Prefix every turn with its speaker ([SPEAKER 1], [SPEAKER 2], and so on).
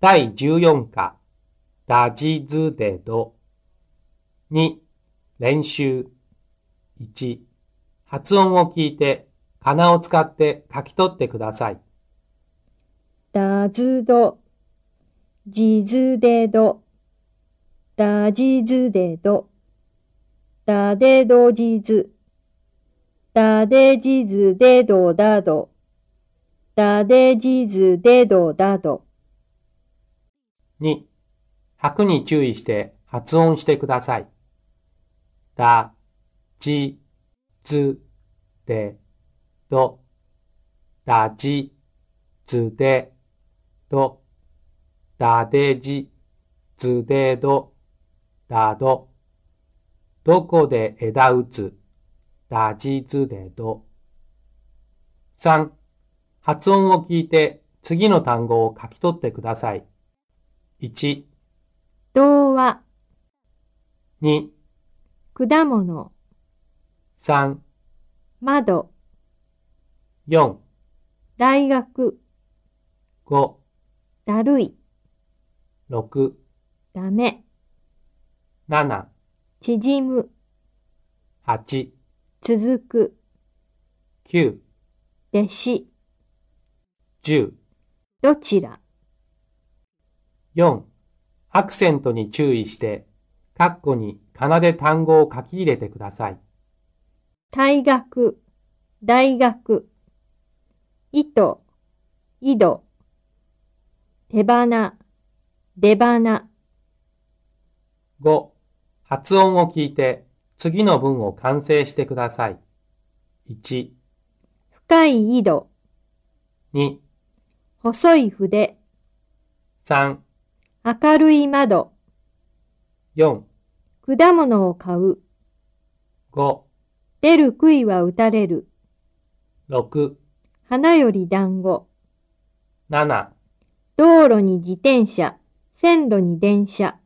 [SPEAKER 1] 第14課、ラジズデド。2、練習。1、発音を聞いて、かなを使って書き取ってください。
[SPEAKER 2] だずど、じずでど、だじずでど、だでどじず、だでじずでどだど、だでじずでどだど、
[SPEAKER 1] 2、拍に注意して発音してください。だ、じ、ず、で、ど。だじ、ずで、ど。だでじ、ずでど。だど。どこで枝打つ。だじずでど。3、発音を聞いて次の単語を書き取ってください。1、
[SPEAKER 2] 童話、
[SPEAKER 1] 2、
[SPEAKER 2] 果物、
[SPEAKER 1] 3、
[SPEAKER 2] 窓、
[SPEAKER 1] 4、
[SPEAKER 2] 大学、
[SPEAKER 1] 5、
[SPEAKER 2] だるい、
[SPEAKER 1] 6、
[SPEAKER 2] ダメ、
[SPEAKER 1] 7、
[SPEAKER 2] 縮む、
[SPEAKER 1] 8、
[SPEAKER 2] 続く、
[SPEAKER 1] 9、
[SPEAKER 2] 弟子、
[SPEAKER 1] 10。
[SPEAKER 2] どちら、
[SPEAKER 1] 4. アクセントに注意して、カッコに仮名で単語を書き入れてください。
[SPEAKER 2] 大学、大学、糸、井戸、手花、出花、
[SPEAKER 1] 5. 発音を聞いて、次の文を完成してください。1、
[SPEAKER 2] 深い井戸、
[SPEAKER 1] 2、
[SPEAKER 2] 細い筆、
[SPEAKER 1] 3、
[SPEAKER 2] 明るい窓、
[SPEAKER 1] 4、
[SPEAKER 2] 果物を買う、
[SPEAKER 1] 5、
[SPEAKER 2] 出る杭は打たれる、
[SPEAKER 1] 6、
[SPEAKER 2] 花より団子、
[SPEAKER 1] 7、
[SPEAKER 2] 道路に自転車、線路に電車、